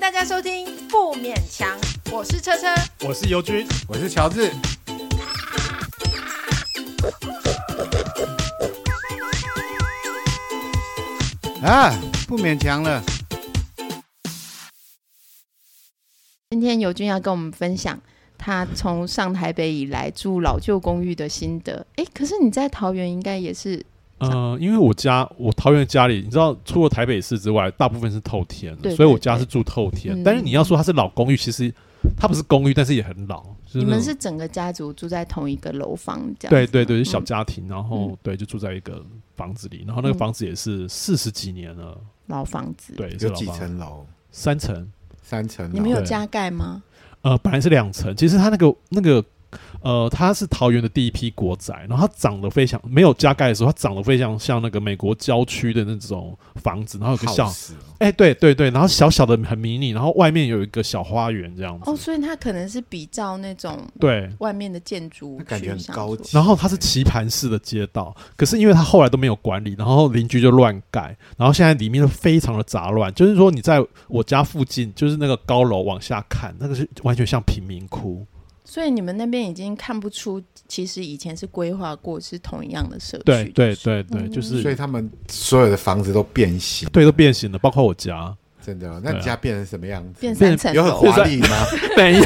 大家收听《不勉强》，我是车车。我是尤军，我是乔治，啊，不勉强了。今天尤军要跟我们分享他从上台北以来住老旧公寓的心得。哎，可是你在桃园应该也是呃，因为我家我桃园的家里，你知道，除了台北市之外，大部分是透天的对所以对我家对是住透天。嗯但是你要说它是老公寓，其实它不是公寓，但是也很老。就是你那们种是整个家族住在同一个楼房这样子吗？对对对，就小嗯家庭，然后对就住在一个房子里，然后那个嗯房子也是四十几年了，老房子。对，是有老几房子？层楼？三层。三层楼。你们有对加盖吗？呃，本来是两层，其实它那个那个呃，它是桃园的第一批国宅，然后它长得非常没有加盖的时候，它长得非常像那个美国郊区的那种房子，然后有个好小死哦哎、对对对，然后小小的很迷你，然后外面有一个小花园这样子，哦，所以它可能是比照那种对。外面的建筑那感觉群很上高做级然后它是棋盘式的街道，可是因为它后来都没有管理，然后邻居就乱盖，然后现在里面都非常的杂乱。就是说，你在我家附近，就是那个高楼往下看，那个是完全像贫民窟。所以你们那边已经看不出，其实以前是规划过是同一样的社区。对对对对，嗯就是所以他们所有的房子都变形，对，都变形了，包括我家真的哦。那对你啊家变成什么样子？变三层有很楼。华丽 吗？没有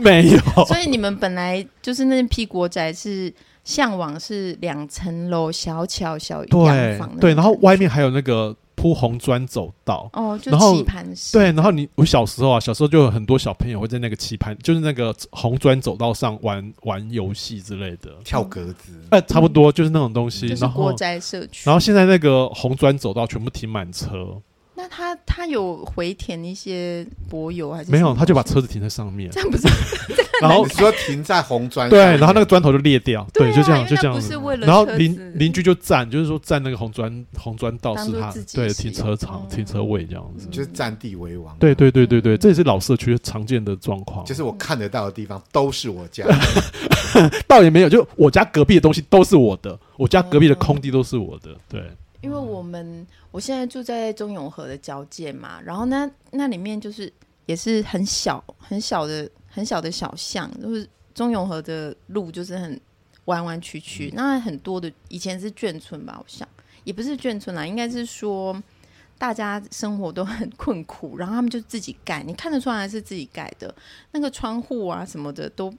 没有，所以你们本来就是那批国宅是向往是两层楼小巧小洋对房的对，然后外面还有那个铺红砖走道，哦就然后棋盘式对，然后你我小时候啊，小时候就有很多小朋友会在那个棋盘，就是那个红砖走道上玩玩游戏之类的，跳格子，呃，差不多就是那种东西。就是然国后，宅社区然。后现在那个红砖走道全部停满车，那他他有回填一些柏油还是没什有，么他就把东西车子停在上面，这样不是然后你说停在红砖对，上面然后那个砖头就裂掉，欸啊就这因样为就那这样不子是。为了然后车子邻邻居就站，就是说站那个红砖红砖道当是作他自己对使停用车场哦停车位这样子。就是占地为王。对，对对对对，这也是老社区常见的状况。就是我看得到的地方都是我家，倒也没有，就我家隔壁的东西都是我的，我家隔壁的空地都是我的。对，因为我们我现在住在中永和的交界嘛，然后那那里面就是也是很小很小的很小的小巷，就是中永和的路就是很弯弯曲曲，那很多的以前是眷村吧，我想也不是眷村啦，应该是说大家生活都很困苦，然后他们就自己盖，你看得出来是自己盖的，那个窗户啊什么的都。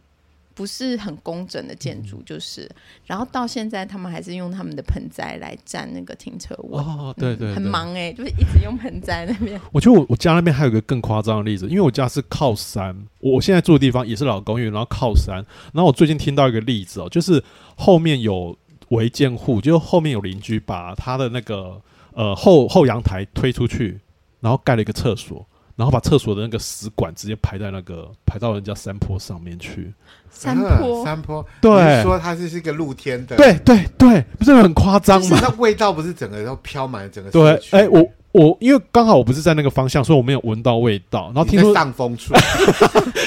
不是很工整的建筑，就是，然后到现在他们还是用他们的盆栽来占那个停车位，哦，对对，嗯很对。啊忙哎、就是一直用盆栽那边。我觉得我我家那边还有一个更夸张的例子，因为我家是靠山，我我现在住的地方也是老公寓，然后靠山。然后我最近听到一个例子哦，就是后面有违建户，就是后面有邻居把他的那个呃后 后阳台推出去，然后盖了一个厕所。然后把厕所的那个食管直接排在那个排到人家山坡上面去，山啊坡，山坡，对你是说它是是一个露天的，对对对，不是很夸张是吗？那味道不是整个都飘满整个对社，区哎、我我因为刚好我不是在那个方向，所以我没有闻到味道。然后你听在说上 风处，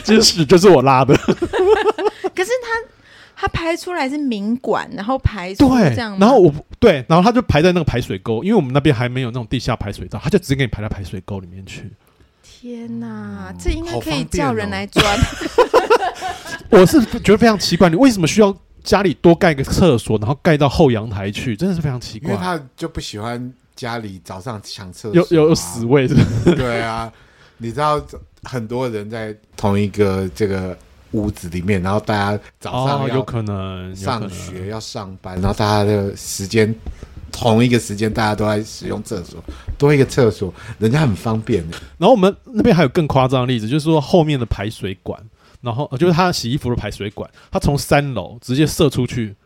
其实屎就是我拉的，可是它它排出来是明管，然后排出对这样吗，。然后我对，然后他就排在那个排水沟，因为我们那边还没有那种地下排水道，他就直接给你排到排水沟里面去。天嗯哪，这应该好可以方便叫哦人来抓。我是觉得非常奇怪，你为什么需要家里多盖一个厕所，然后盖到后阳台去？真的是非常奇因为怪。他就不喜欢家里早上抢厕所、啊有有有屎，味是不是？对啊，你知道很多人在同一个这个屋子里面，然后大家早上哦，要有可能，有可上能学、要上班，然后大家的时间同一个时间大家都在使用厕所，多一个厕所，人家很方 便的。然后我们那边还有更夸张的例子，就是说后面的排水管，然后呃就是他洗衣服的排水管，他从三楼直接射出去，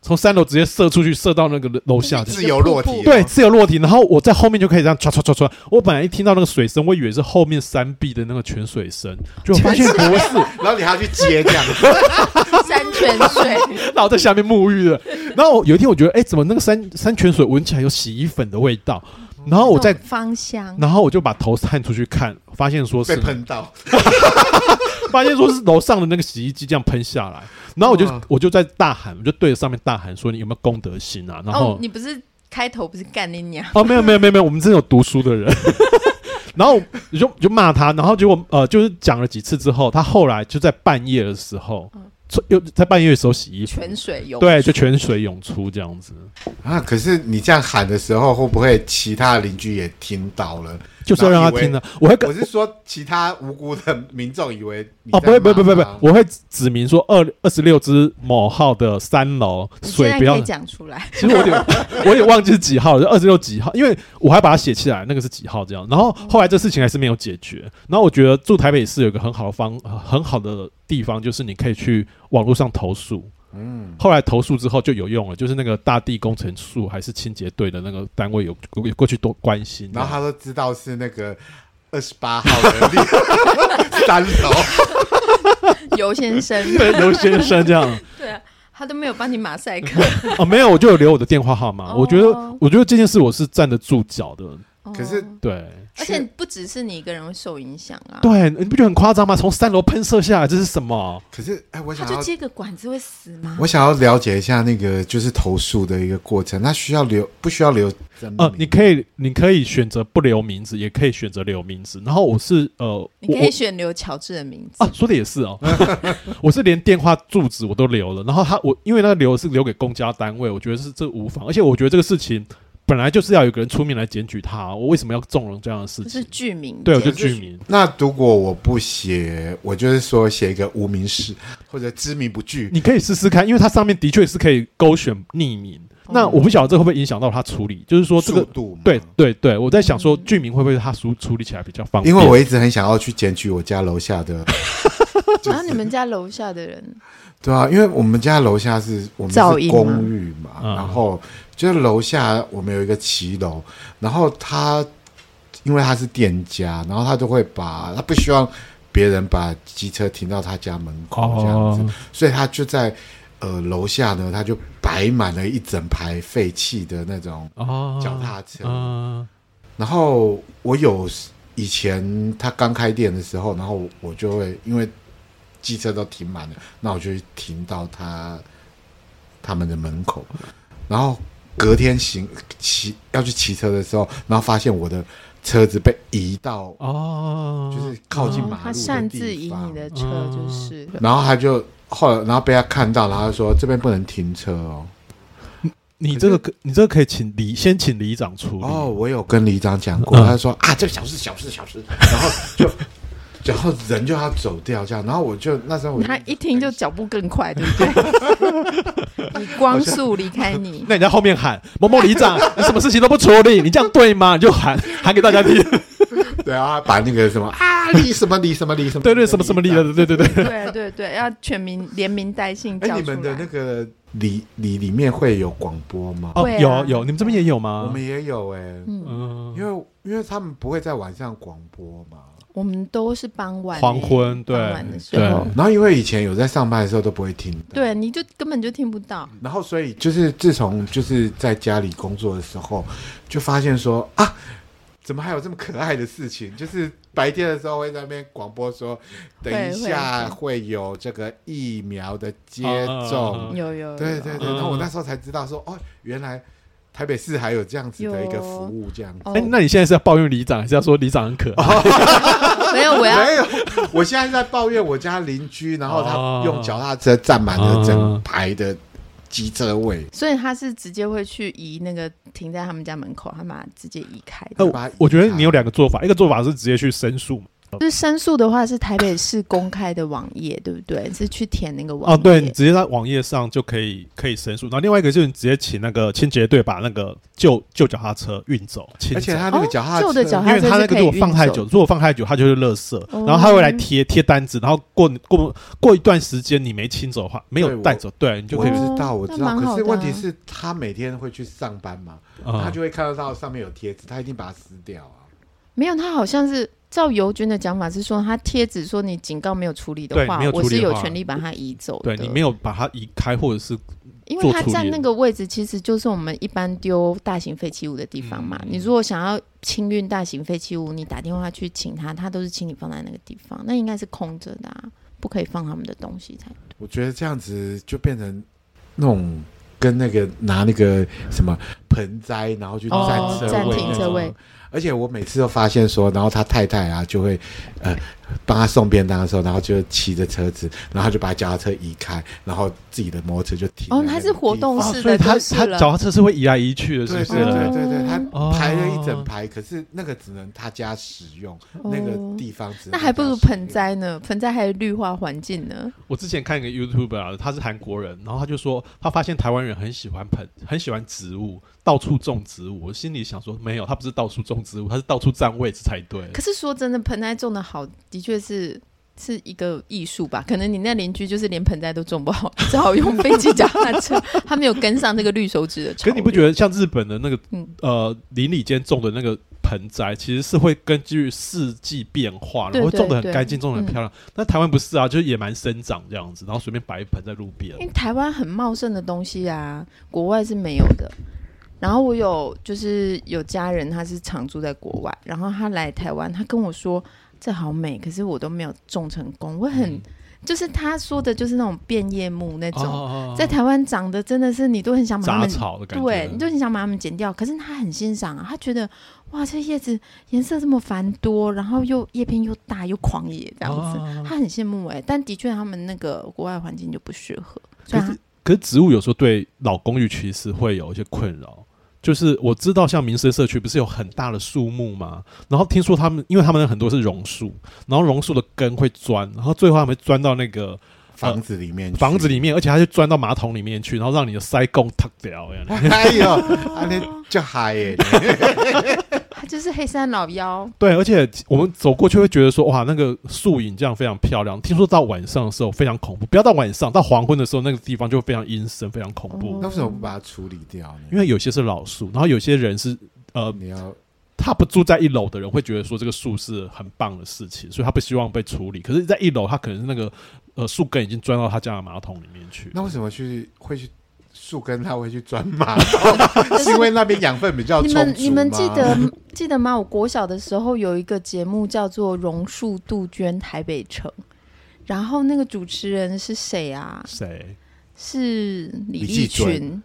从三楼直接射出去，射到那个楼下就去。是自由落体哦瀑布对，自由落体，然后我在后面就可以这样唰唰唰唰。我本来一听到那个水声，我以为是后面山壁的那个泉水声，就发现不 是，然后你还要去接 这样， 山泉水，然后在下面沐浴的。然后有一天我觉得，哎，怎么那个山山泉水闻起来有洗衣粉的味道？然后我在在，芳香，然后我就把头探出去看，发现说被是喷到，发现说是楼上的那个洗衣机这样喷下来，然后我就哇我就在大喊，我就对着上面大喊说：“你有没有公德心啊？”然哦后，你不是开头不是干你娘？哦，没有没有没有没有，我们真的有读书的人。 然后你就就骂他，然后结果呃，就是讲了几次之后，他后来就在半夜的时候嗯，出又在半夜的时候洗衣服，泉水游对，就泉水涌出这样子，啊！可是你这样喊的时候，会不会其他邻居也听到了？就是要让他听的。我会跟我是说，其他无辜的民众以为你哦，不会，不会，不会，不会，会，我会指明说二二十六支某号的三楼你水现不在可要以。讲出来， 其实我有 点，我有点忘记是几号了，就二十六几号，因为我还把它写起来，那个是几号这样。然后后来这事情还是没有解决。然后我觉得住台北市有一个很好的方，呃很好的地方就是你可以去网络上投诉。嗯，后来投诉之后就有用了，就是那个大地工程处还是清洁队的那个单位有有过去多关心这然样。后他都知道是那个二十八号的立 三楼，游先生， 对刘先生这样，对啊，他都没有帮你马 赛克。哦，没有，我就有留我的电话号码。我觉得哦，我觉得这件事我是站得住脚的。可是哦对，而且不只是你一个人会受影响啊，对，你不觉得很夸张吗？从三楼喷射下来，这是什么？可是哎、我他啊想就要接个管子会死吗？我想要了解一下那个就是投诉的一个过程，那需要留不需要留真名？呃，你可以，你可以选择不留名字，也可以选择留名字。然后我是呃，我你可以我选刘乔治的名字啊，，说的也是 哦，我是连电话、住址我都留了。然后他我因为那个留是留给公家单位，我觉得是这无妨。而且我觉得这个事情本来就是要有个人出面来检举他，我为什么要纵容这样的事不是情？剧名，对，我就简居民。那如果我不写，我就是说写一个无名氏或者知名不具，你可以试试看，因为它上面的确是可以勾选匿名。哦那我不晓得这会不会影响到他处理，就是说这速个度嘛对对对，我在想说嗯剧名会不会他处处理起来比较方便？因为我一直很想要去检举我家楼下的，就然后是你们家楼下的人，对啊，因为我们家楼下是我们噪音是吗公寓嘛，嗯然后就是楼下我们有一个骑楼，然后他因为他是店家，然后他就会把他不希望别人把机车停到他家门口这样子，哦，所以他就在呃楼下呢，他就摆满了一整排废弃的那种哦脚踏车。哦嗯然后我有时以前他刚开店的时候，然后我就会因为机车都停满了，那我就会停到他他们的门口，然后隔天行骑要去骑车的时候，然后发现我的车子被移到哦，就是靠近哦马他路的地方，擅自移你的车就是了，然后他就后来，然后被他看到，然后他说这边不能停车哦。你这个可你这个可以请里先请里长处理哦，我有跟里长讲过，嗯他说啊，这小事小事小事，然后就 然后人就要走掉这样，然后我就那时候我他一听就脚步更快，对不对？ 你光速离开你，那你在后面喊某某里长，你什么事情都不处理，你这样对吗？你就喊喊给大家 听，对啊，把那个什么啊李什么李什么李什么对对，什么什么里的，对对对，对啊对对，要全民连名带姓哎，叫你出们的那来。个里里里面会有广播吗？哦，会啊有有，你们这边也有我吗？们也有哎，嗯，嗯，因为因为他们不会在晚上广播嘛。我们都是傍晚黄昏对傍晚的时嗯候，然后因为以前有在上班的时候都不会听的，对，你就根本就听不到。然后，所以就是自从就是在家里工作的时候，就发现说啊，怎么还有这么可爱的事情？就是白天的时候会在那边广播说，会等一下会会有这个疫苗的接嗯嗯嗯种。有有，有对对对，嗯然后我那时候才知道说，哦，原来台北市还有这样子的一个服务，这样子。哦哎，那你现在是要抱怨里长，还是要说里长很可哦爱？哎没有，我要哎没有，我现在在抱怨我家邻居，然后哦他用脚踏车占满了整排的机车位。所以他是直接会去移那个停在他们家门口，他把它直接移开的。呃把它移我觉得开你有两个做法，一个做法是直接去申诉嘛，就是申诉的话是台北市公开的网页，对不对？是去填那个网哦，页。对，你直接在网页上就可以可以申诉。然后另外一个就是你直接请那个清洁队把那个旧旧脚踏车运走，清而且走他那个脚踏哦车，旧的脚因踏为车他那是个可如以果放太久，运走，如果放太久，它就是垃圾，哦然后他会来贴贴单子，然后过过过一段时间你没清走的话，没有对我带走，对你就可以呃我哦知道，我知那道。蛮好可的是啊问题是，他每天会去上班嘛，他啊，就会看得到上面有贴纸，他一定把它撕掉啊。没有，他好像是照邮军的讲法是说，他贴纸说你警告没有处理的对话没有，处我理的是有话权利把它移走的。对你没有把它移开或者是因为做它处占理那个位置，其实就是我们一般丢大型废弃物的地方嘛。嗯你如果想要清运大型废弃物，你打电话去请他，他都是请你放在那个地方，那应该是空着的、啊，不可以放他们的东西才对。我觉得这样子就变成那种跟那个拿那个什么盆栽，然后去占哦车位、占停车位。而且我每次都发现说，然后他太太啊就会，呃，帮他送便当的时候，然后就骑着车子，然后就把脚踏车移开，然后自己的摩托车就停在那哦个地方。它是活动式哦所以的他就是他了脚踏车是会移来移去的，是对不是？对对对对，哦他排了一整排，可是那个只能他家使用，那个地方只能哦那还不如他家使盆用。栽呢，盆栽还有绿化环境呢。我之前看一个 YouTube 啊，他是韩国人，然后他就说他发现台湾人很喜欢盆，很喜欢植物，到处种植物。我心里想说，没有，他不是到处种植物，他是到处占位置才对。可是说真的，盆栽种的好，的确是是一个艺术吧。可能你那邻居就是连盆栽都种不好， 只好用飞机脚踏车， 他没有跟上这个绿手指的潮可流。你不觉得像日本的那个、嗯呃邻里间种的那个盆栽，其实是会根据四季变化，然后会对对种的很对干净，种的很嗯漂亮。但台湾不是啊，就是野蛮生长这样子，然后随便摆一盆在路边。因为台湾很茂盛的东西啊，国外是没有的。然后我有就是有家人，他是常住在国外，然后他来台湾，他跟我说这好美，可是我都没有种成功。我很、嗯就是他说的就是那种变叶木那种，哦在台湾长的真的是你都很想把它杂们草的感觉，对，你就很想把它们剪掉，可是他很欣赏啊，他觉得哇，这叶子颜色这么繁多，然后又叶片又大又狂野这样子，哦他很羡慕哎、但的确他们那个国外环境就不适合，可所以他是，可是植物有时候对老公寓其实会有一些困扰。就是我知道，像民生社区不是有很大的树木嘛，然后听说他们，因为他们很多是榕树，然后榕树的根会钻，然后最后他们会钻到那个房子里面去，房子里面，而且它就钻到马桶里面去，然后让你的腮弓塌掉呀。哎呦，啊那就嗨耶！ 他就是黑山老妖，对，而且我们走过去会觉得说，哇，那个树影这样非常漂亮。听说到晚上的时候非常恐怖，不要到晚上，到黄昏的时候，那个地方就会非常阴森，非常恐怖。那为什么不把它处理掉呢？因为有些是老树，然后有些人是呃你要他不住在一楼的人会觉得说这个树是很棒的事情，所以他不希望被处理。可是，在一楼，他可能是那个呃树根已经钻到他家的马桶里面去。那为什么去会去树根，它会去钻马桶？是因为那边养分比较充你足吗们你们记得记得吗？我国小的时候有一个节目叫做《榕树杜鹃台北城》，然后那个主持人是谁啊？谁？是李李立济准群，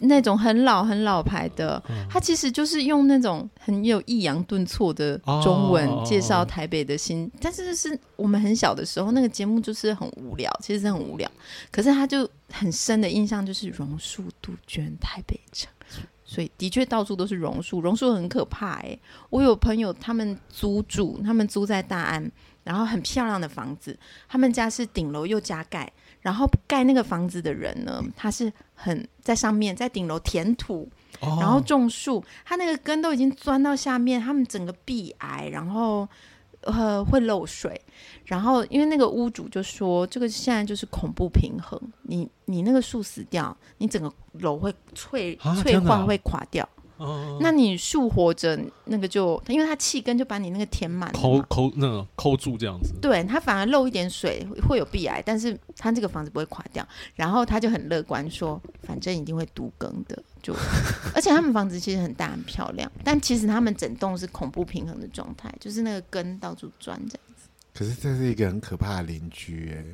那种很老很老牌的，他其实就是用那种很有抑扬顿挫的中文哦介绍台北的新，但是是我们很小的时候那个节目就是很无聊，其实很无聊，可是他就很深的印象就是榕树杜鹃台北城。所以的确到处都是榕树，榕树很可怕哎、我有朋友他们租住，他们租在大安，然后很漂亮的房子，他们家是顶楼又加盖，然后盖那个房子的人呢，他是很在上面，在顶楼填土，哦然后种树，他那个根都已经钻到下面，他们整个壁癌，然后呃会漏水，然后因为那个屋主就说，这个现在就是恐怖平衡，你你那个树死掉，你整个楼会脆啊脆真的啊化会垮掉，哦那你树活着那个就，因为它气根就把你那个填满了抠嘛。抠那个抠住这样子。对，它反而漏一点水会有壁癌，但是它这个房子不会垮掉。然后他就很乐观说，反正一定会独耕的。就，而且他们房子其实很大很漂亮，但其实他们整栋是恐怖平衡的状态，就是那个根到处钻着。可是这是一个很可怕的邻居耶，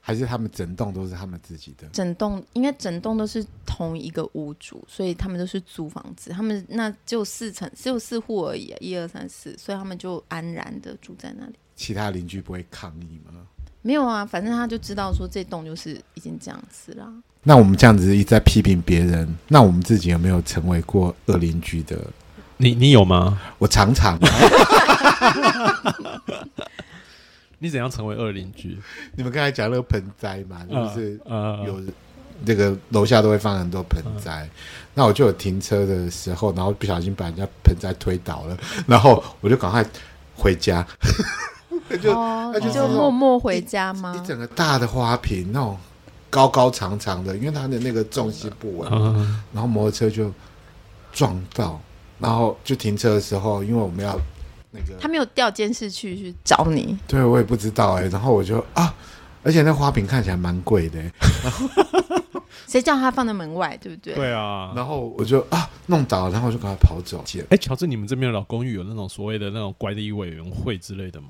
还是他们整栋都是他们自己的？整栋应该整栋都是同一个屋主，所以他们都是租房子，他们那只有四层，只有四户而已，啊一二三四，所以他们就安然的住在那里。其他邻居不会抗议吗？没有啊，反正他就知道说这栋就是已经这样子啦。那我们这样子一直在批评别人，那我们自己有没有成为过恶邻居的？你你有吗？我常常 啊，你怎样成为二邻居？你们刚才讲那个盆栽嘛，就是呃有那个楼下都会放很多盆栽，那我就有停车的时候，然后不小心把人家盆栽推倒了，然后我就赶快回家，就哦那，就你是就那种默默回家一吗？整个大的花瓶那种高高长长的，因为它的那个重心不稳，啊然后摩托车就撞到，然后就停车的时候，因为我们要那个他没有调监视器去找你，对，我也不知道哎、然后我就啊，而且那花瓶看起来蛮贵的、欸，谁叫他放在门外，对不对？对啊。然后我就啊弄倒了，然后我就赶快跑走。哎，乔治，你们这边的老公寓有那种所谓的那种管理委员会之类的吗？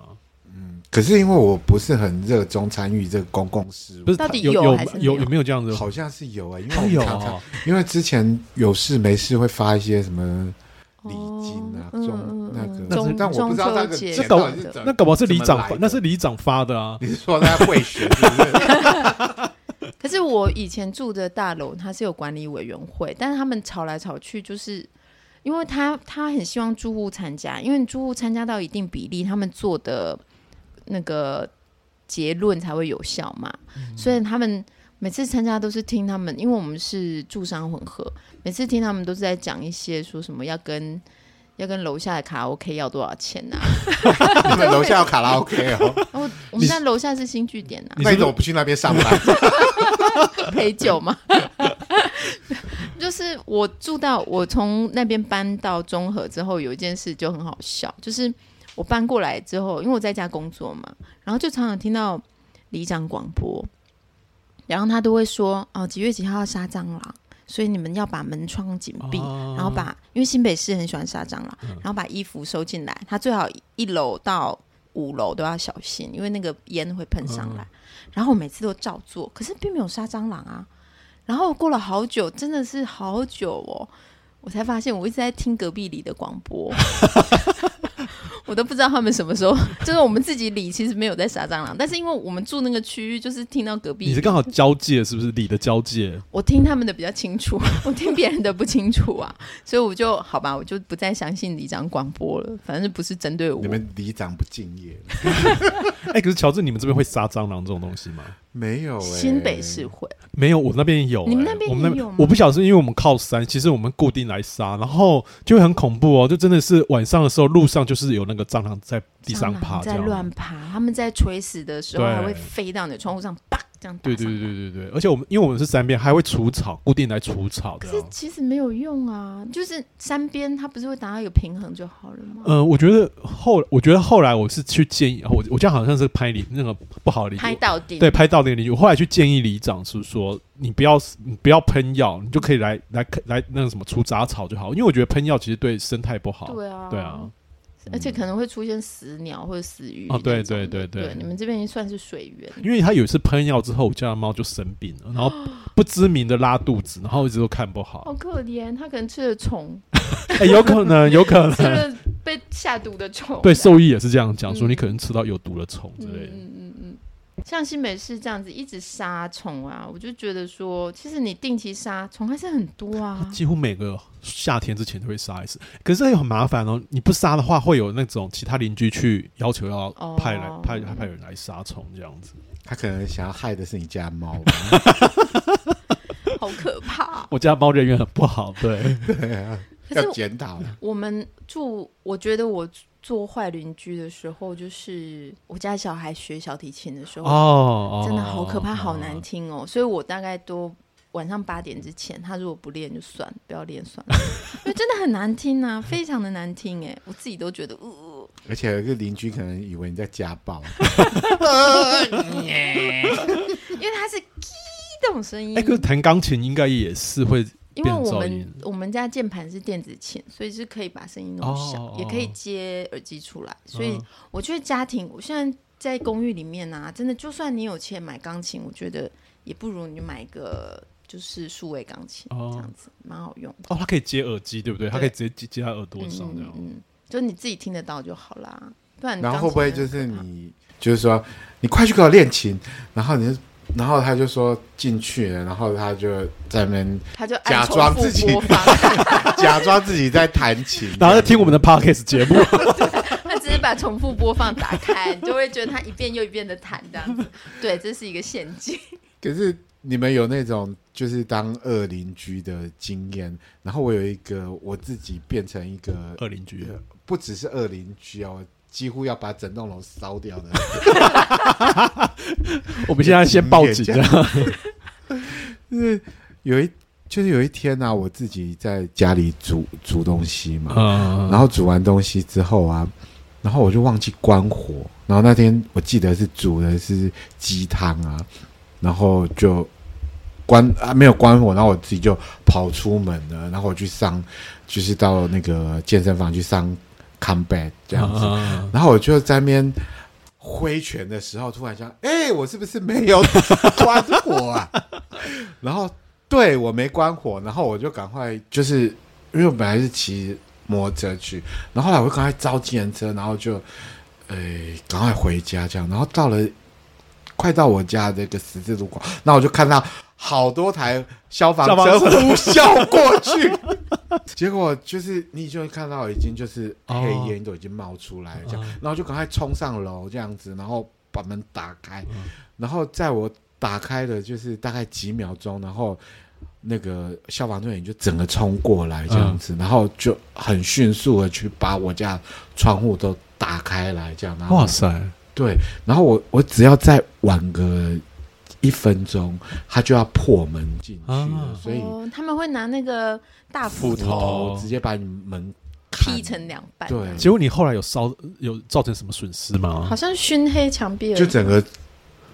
嗯，可是因为我不是很热衷参与这个公共事务，不是到底有有有还是没有有没有这样子？好像是有啊、因为都我有常常哦，因为之前有事没事会发一些什么礼金啊，哦这嗯种嗯那嗯个，中但我不知道那中个秋节钱那搞到底是怎那搞不好是怎里么长来发的，那是里长发的啊。你是说他贿选是不是？可是我以前住的大楼，它是有管理委员会，但是他们吵来吵去，就是因为他他很希望住户参加，因为住户参加到一定比例，他们做的那个结论才会有效嘛。所以他们每次参加都是听他们，因为我们是住商混合，每次听他们都是在讲一些说什么要跟。要跟楼下的卡拉 OK 要多少钱呐、你们楼下有卡拉 OK 哦，啊？我我们在楼下是新据点啊呐、你那是不你怎么是不去那边上班？ 陪酒嘛。就是我住到我从那边搬到中和之后，有一件事就很好笑，就是我搬过来之后，因为我在家工作嘛，然后就常常听到里长广播，然后他都会说哦几月几号要杀蟑螂，所以你们要把门窗紧闭。哦然后把，因为新北市很喜欢杀蟑螂，嗯然后把衣服收进来，它最好一楼到五楼都要小心，因为那个烟会喷上嗯来。然后我每次都照做，可是并没有杀蟑螂啊。然后过了好久，真的是好久哦，我才发现我一直在听隔壁里的 广播，我都不知道他们什么时候，就是我们自己里其实没有在杀蟑螂，但是因为我们住那个区域，就是听到隔壁你是刚好交界，是不是里的交界？我听他们的比较清 楚，我听别人的不清楚啊，所以我就好吧，我就不再相信里长广播了，反正不是针对我你。们里长不敬业， 哎，可是乔治，你们这边会杀蟑螂这种东西吗？没有、欸？新北市会，没有，我那边有、欸。你们那边我们那也有边吗我不晓得是因为我们靠山，其实我们固定来杀，然后就会很恐怖哦，就真的是晚上的时候，路上就是有那个蟑螂在地上蟑爬螂这在样。乱爬，他们在垂死的时候对还会飞到你的窗户上，啪这样打对上对来。对对对对，而且我们因为我们是山边，还会除草，固定来除草可的。哦是其实没有用啊，就是山边它不是会达到一个平衡就好了吗？呃，我觉得后，我觉得后来我是去建议，我我这样好像是拍里那个不好的里，拍到底对，拍到那个邻居。我后来去建议里长是说，你不要你不要喷药，你就可以来来来那个什么除杂草就好，因为我觉得喷药其实对生态不好。对啊对啊，而且可能会出现死鸟或者死鱼哦对那种的对对对对，你们这边算是水源，因为它有一次喷药之后，我家的猫就生病了，然后不知名的拉肚子，然后一直都看不好好。可怜，它可能吃了虫，哎、有可能，有可吃能，了被下毒的虫。对，兽医也是这样讲，说嗯你可能吃到有毒的虫之类的。嗯嗯嗯嗯，像新美式这样子一直杀虫啊，我就觉得说，其实你定期杀虫还是很多啊。几乎每个夏天之前都会杀一次，可是这又很麻烦哦。你不杀的话，会有那种其他邻居去要求要哦派来、派派人来杀虫这样子。他可能想要害的是你家猫吧？好可怕、啊我家猫人缘很不好，对，对啊， 可要是检讨了。我们住，我觉得我做坏邻居的时候，就是我家小孩学小提琴的时候，哦，真的好可怕，哦好难。听哦。所以我大概都晚上八点之前，他如果不练就算，了，不要练算了， 因为真的很难听啊，非常的难听哎，我自己都觉得，呃，而且有一个邻居可能以为你在家暴，哎因为他是 “叽”这种声音。哎、可是弹钢琴应该也是会因为变我噪们音我们家键盘是电子琴，所以是可以把声音弄小，哦哦哦也可以接耳机出来。所以嗯我觉得家庭，我现在在公寓里面啊，真的就算你有钱买钢琴，我觉得也不如你买一个就是数位钢琴、哦这样子，蛮好用的。哦，它可以接耳机，对不对？它可以直接接接在耳朵嗯上这嗯样。嗯，就你自己听得到就好啦。不然你然后钢会琴不会就真的是很可怕你就是说你快去给我练琴，然后你就然后他就说进去了，然后他就在那边他就按假重装复自己播 放，假装自己在弹 琴，嗯然后在听我们的 podcast 节目，他只是把重复播放打开，你就会觉得他一遍又一遍的弹这样子。对，这是一个陷阱。可是你们有那种就是当恶邻居的经验，然后我有一个我自己变成一个 二邻居啊呃不只是恶邻居哦，几乎要把整栋楼烧掉的。我们现在先报警，这 样就是有一就是有一天呢、啊，我自己在家里煮煮东西嘛，嗯，然后煮完东西之后啊，然后我就忘记关火，然后那天我记得是煮的是鸡汤啊，然后就关啊没有关火，然后我自己就跑出门了，然后我去上就是到那个健身房去上 combat 这样嗯子，嗯嗯然后我就在那边挥拳的时候，突然想，哎、我是不是没有 关火啊？ 然后对我没关火，然后我就赶快就是因为我本来是骑摩托车去，然后后来我就赶快招计程车，然后就呃赶快回家这样，然后到了。快到我家这个十字路口，那我就看到好多台消防消防车车呼啸过去，结果就是你就会看到已经就是黑哦烟都已经冒出来了，这样，哦然后就赶快冲上楼这样子，然后把门打开，嗯然后在我打开的就是大概几秒钟，然后那个消防队员就整个冲过来这样嗯子，然后就很迅速的去把我家窗户都打开来这样，然后哇塞，对，然后我我只要再晚个一分钟，他就要破门进去了，啊所以哦、他们会拿那个大斧斧头直接把你门砍劈成两半，对，结果你后来有烧有造成什么损失吗好？像熏黑墙壁而已就整个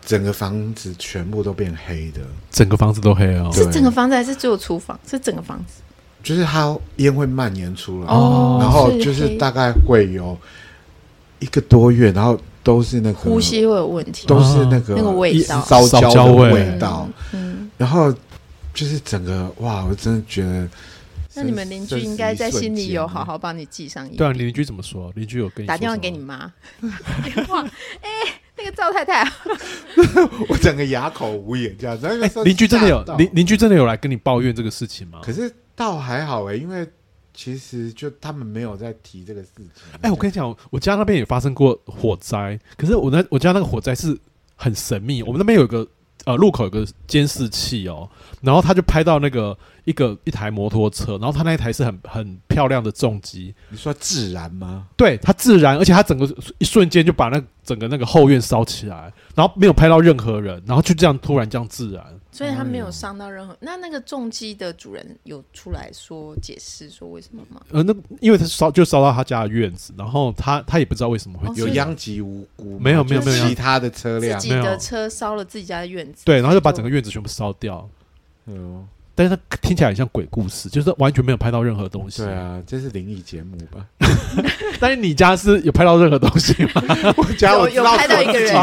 整个房子全部都变黑的，整个房子都黑哦。对是整个房子还是只有厨房？是整个房子就是它烟会蔓延出来，哦然后就是黑大概会有一个多月，然后都是那个呼吸会有问题，都是那个那个味道烧烧焦焦的味味道，嗯，然后就是整个哇，我真的觉得。那你们邻居应该在心里有好好帮你记上一笔对啊，邻居怎么说？邻居有跟你打说电话什么给你妈，打电 话，哎、那个赵太太啊，我整个哑口无言这样子。哎那个邻居真的有吓到邻邻居真的有来跟你抱怨这个事情吗？可是倒还好哎、因为其实就他们没有在提这个事情。哎、我跟你讲，我家那边也发生过火灾，可是我那我家那个火灾是很神秘。我们那边有一个呃路口有个监视器哦，然后他就拍到那个一个一台摩托车，然后他那一台是很很漂亮的重机，你说自然吗？对，它自燃，而且它整个一瞬间就把那整个那个后院烧起来，然后没有拍到任何人，然后就这样突然这样自燃。所以他没有伤到嗯任何。那那个重击的主人有出来说解释说为什么吗？呃，那因为他烧就烧到他家的院子，然后他他也不知道为什么会哦有是殃及无辜吗？没有没有就是没有其他的车自辆。己没的有车烧了自己家的院子，对，然后就把整个院子全部烧掉。嗯，但是它听起来很像鬼故事，就是完全没有拍到任何东西。对，啊，这是灵异节目 吧？但是你家是有拍到任何东西 吗？我家我有知有道拍到一个人，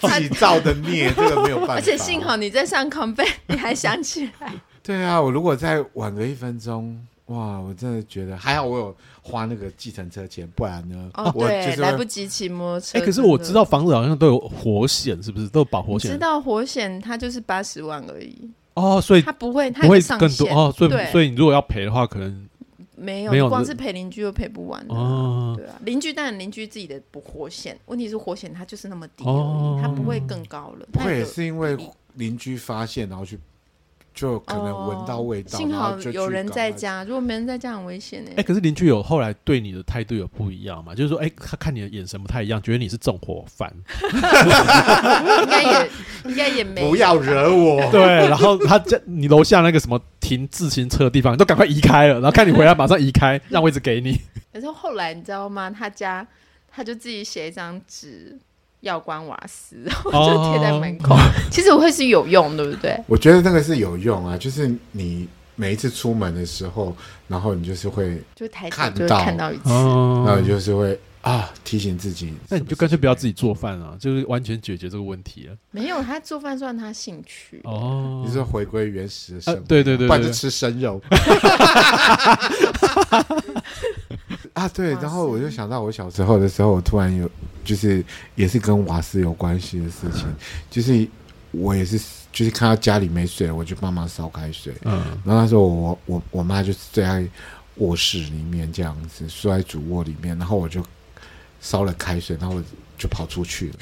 自 己造的孽，这个没有办法。而且幸好你在上 c o m 你还想起 来，对啊，我如果再晚个一分钟。哇，我真的觉得还好，我有花那个计程车钱，不然呢，哦，我就对，是来会不及骑摩托车。哎、可是我知道房子好像都有火险，是不是都有保真的，火我知险？道火险它就是八十万而已，哦，所以它不会，它不会有上更多限哦，所以对所以你如果要赔的话，可能没有，没有你光这是陪邻居又陪不完的。哦对啊，邻居当然邻居自己的不火险，问题是火险它就是那么低而已，哦它不会更高了。不它会有也是因为邻居发现，然后去就可能闻到味道，哦幸然好后就去有人在赶快。家，如果没人在家很危险呢、欸哎、可是邻居有后来对你的态度有不一样嘛？就是说，哎、他看你的眼神不太一样，觉得你是纵火犯， 应该也应该也没有不要惹我！ 对。然后他在你楼下那个什么停自行车的地方，你都赶快移开了，然后看你回来马上移开，让位置给 你。可是后来你知道吗？他家他就自己写一张纸要关瓦斯，然后就贴在门口。哦 其实我会是有用，对不对？我觉得那个是有用啊，就是你每一次出门的时候，然后你就是会，就抬头看就会到看到嗯一次。哦然后你就是会啊提醒自己。那你就干脆不要自己做饭啊，就是完全解决这个问题啊了。没有，他做饭算他兴趣。哦你是说回归原始的生活，啊对对对对不然就吃生肉。 啊，对，瓦斯然后我就想到我小时候的时候，我突然有，就是也是跟瓦斯有关系的事情，就是我也是，就是看到家里没水了，我就帮忙烧开水，嗯，然后那时候我我我妈就是睡在卧室里面这样子，睡在主卧里面，然后我就烧了开水，然后我就跑出去了。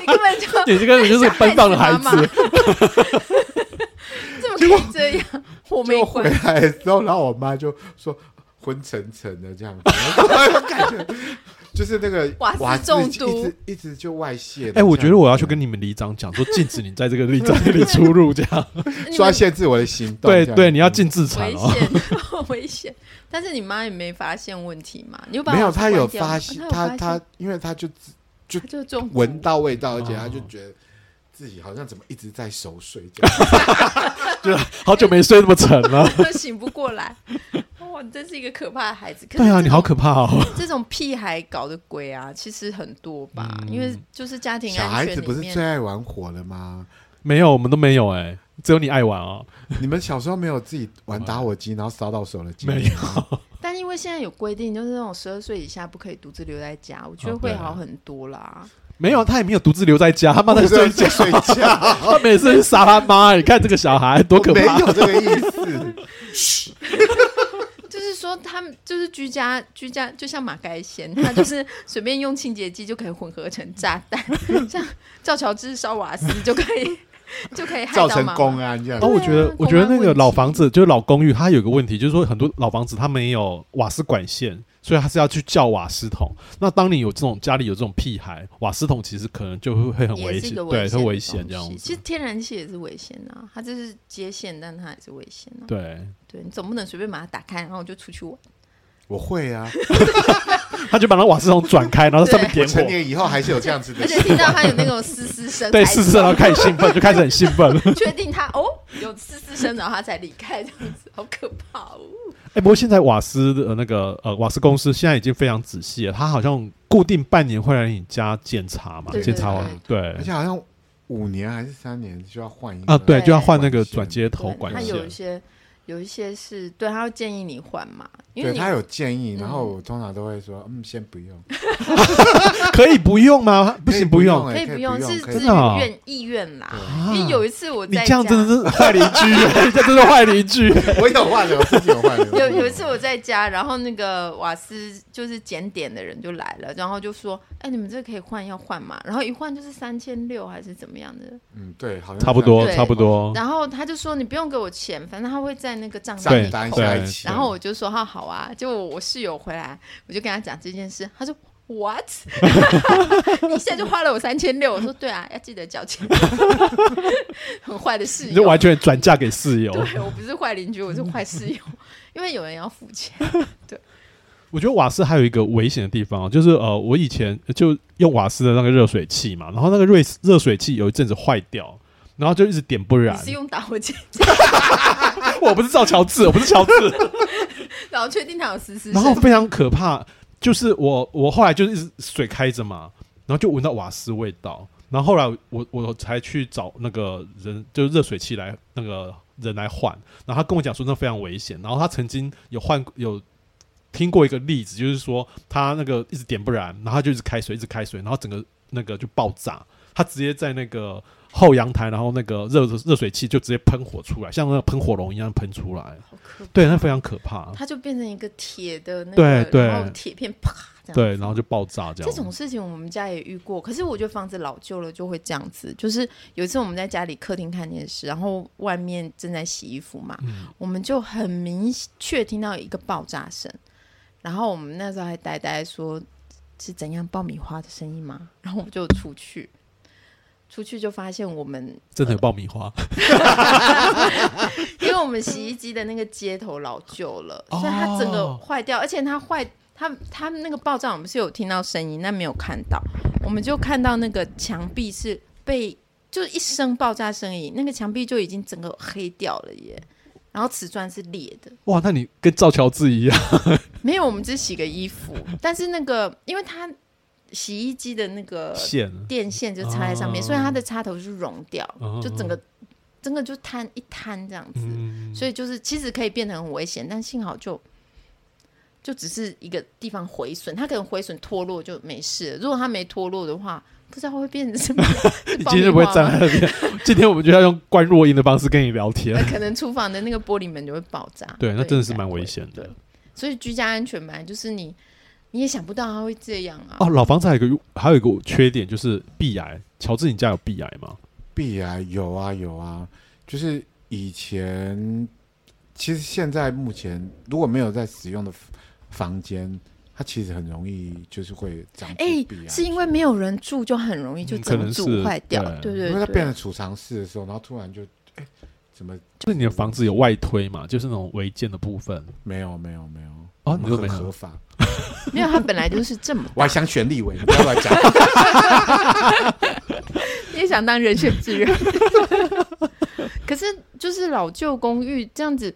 你根 本就你这个人就是奔放的孩想害 子，怎么可以这样？我没就回关。来的时候，然后我妈就说昏沉沉的这样子，然后就感觉就是那个瓦斯斯中毒一直一直就外泄。哎、我觉得我要去跟你们里长讲，说禁止你在这个里长这里出入，这 样。你说要们限制我的行动。对这样对，你要进自产 危哦。险， 危险！但是你妈也没发现问题嘛？你就把没有，瓦斯她有关掉发吗现，啊她她有她因为她就她就中毒 闻到味道，而且她哦就觉得自己好像怎么一直在熟睡这样。好久没睡那么沉了。醒不过来。哇，你真是一个可怕的孩子。 可是对啊，这你好种可怕哦！ 这种屁孩搞的鬼啊，其实很多吧，嗯因为就是家庭小安孩全子里不是面最爱玩火了吗？没有，我们都没有哎、只有你爱玩哦。你们小时候没有自己玩打火机，然后烧到手的经没验有吗？但因为现在有规定，就是那种十二岁以下不可以独自留在家，我觉得哦对会啊好很多啦。没有，他也没有独自留在家，他妈在睡觉，睡觉，他每次去杀他妈。哎你看这个小孩多可我没怕！有这个意思。 就是说，他们就是居家居家，就像马盖先， 他就是随便用清洁剂就可以混合成炸弹， 像赵乔治烧瓦斯就可以就可以害造到成妈公妈。安这样然后哦我觉得对啊，我觉得那公安个问题老房子就是老公寓，它有个问题，就是说很多老房子它没有瓦斯管线，所以它是要去叫瓦斯桶。那当你有这种家里有这种屁孩，瓦斯桶其实可能就会会很也危是险一个，对，会的危险东这西样其子实。天然气也是危险的、啊，它就是接线，但它也是危险啊。对，对你总不能随便把它打开，然后就出去玩。我会 啊，他就把那瓦斯桶转开，然后在上面我点成火，年以后还是有这样子的而。且听到它有那种嘶嘶声，对，才试试，然后开始兴奋，就开始很兴奋。确定它哦有嘶嘶声，然后它才离开，这样子好 可怕哦。 哎、不过现在瓦斯的、呃、那个呃瓦斯公司现在已经非常仔细了，它好像固定半年会来你家检查嘛，对检查完对而且好像五年还是三年就要换一个啊，对，对就要换那个转接头啊对，管它线有一。些有一些是对，他会建议你换嘛，因为对你嗯他有建议，然后我通常都会说，嗯，先不用， 可以不用吗？不可以行，不用。欸可以可不用，啊是可自真的哦愿意愿啦。啊因为有一次我你在这样家真的是坏邻居，你这真的坏邻居。以我有换的，我自己有换的。有有一次我在家，然后那个瓦斯就是检点的人就来了，然后就说：“哎，你们这个可以换，要换嘛？” 然后一换就是三千六还是怎么样的，嗯，对，好像差不多，对差不多。然后他就说：“你不用给我钱，反正他会在那个账单对里单扣。”下一期。然后我就说：“哈、好啊。”就我我室友回来，我就跟他讲这件事，他说：“What？你一下就花了我三千六。”我说：“对啊，要记得交钱。”很坏的室你就友，完全转嫁给室友。对我不是坏邻居，我是坏室友， 因为有人要付钱。我觉得瓦斯还有一个危险的地方，就是呃，我以前就用瓦斯的那个热水器嘛，然后那个热热水器有一阵子坏掉，然后就一直点不燃你。是用打火机，我不是赵乔治，我不是乔治。然后确定他有实施。然后非常可怕，就是我我后来就是一直水开着嘛，然后就闻到瓦斯味道，然后后来我我才去找那个人，就是热水器来那个人来换，然后他跟我讲说那非常危险，然后他曾经有换有。听过一个例子，就是说他那个一直点不燃，然后他就一直开水，一直开水，然后整个那个就爆炸，他直接在那个后阳台，然后那个热热水器就直接喷火出来，像那个喷火龙一样喷出来，好可怕对，那非常可怕。它就变成一个铁的那对个，对然后铁片啪这样。对，然后就爆炸这样。这种事情我们家也遇过，可是我觉得房子老旧了就会这样子。就是有一次我们在家里客厅看电视，然后外面正在洗衣服嘛，嗯我们就很明确听到一个爆炸声，然后我们那时候还呆呆说是怎样爆米花的声音吗？然后我就出去，出去就发现我们真的有爆米花， 因为我们洗衣机的那个接头老旧了，哦所以它整个坏掉，而且它坏，它它那个爆炸，我们是有听到声音，但没有看到，我们就看到那个墙壁是被就是一声爆炸声音，那个墙壁就已经整个黑掉了耶，然后瓷砖是裂的，哇！那你跟赵乔治一样，没有，我们只洗个衣服，但是那个因为它洗衣机的那个线电线就插在上面，哦所以它的插头就融掉，哦就整个整个就摊一摊这样子。嗯，所以就是其实可以变得很危险，但幸好就就只是一个地方毁损，它可能毁损脱落就没事了。如果它没脱落的话，不知道会变 成什么你。爆今天米就不会花站吗在那 边。今天我们就要用关若英的方式跟你聊天呃。可能厨房的那个玻璃门就会爆炸。对，那真的是应该蛮危会险的对。，所以居家安全本来就是你你也想不到它会这样啊。哦，老房子还有一个还有一个缺点就是壁癌。乔治，你家有壁癌吗？必啊，有啊有啊，就是以前，其实现在目前如果没有在使用的房房间，它其实很容易就是会长出啊哎、壁癌，是因为没有人住，就很容易就啊嗯可整个能住是坏掉，对对因对为它对。变成储藏室的时候，然后突然就哎怎么就是你的房子有外推嘛，就是那种违建的部分。没有没有没有哦我们你说没很有合法，没有，它本来就是这么，我还想选立委，你不要乱讲。 也想当 人选之人。可是就是老旧公寓这样子，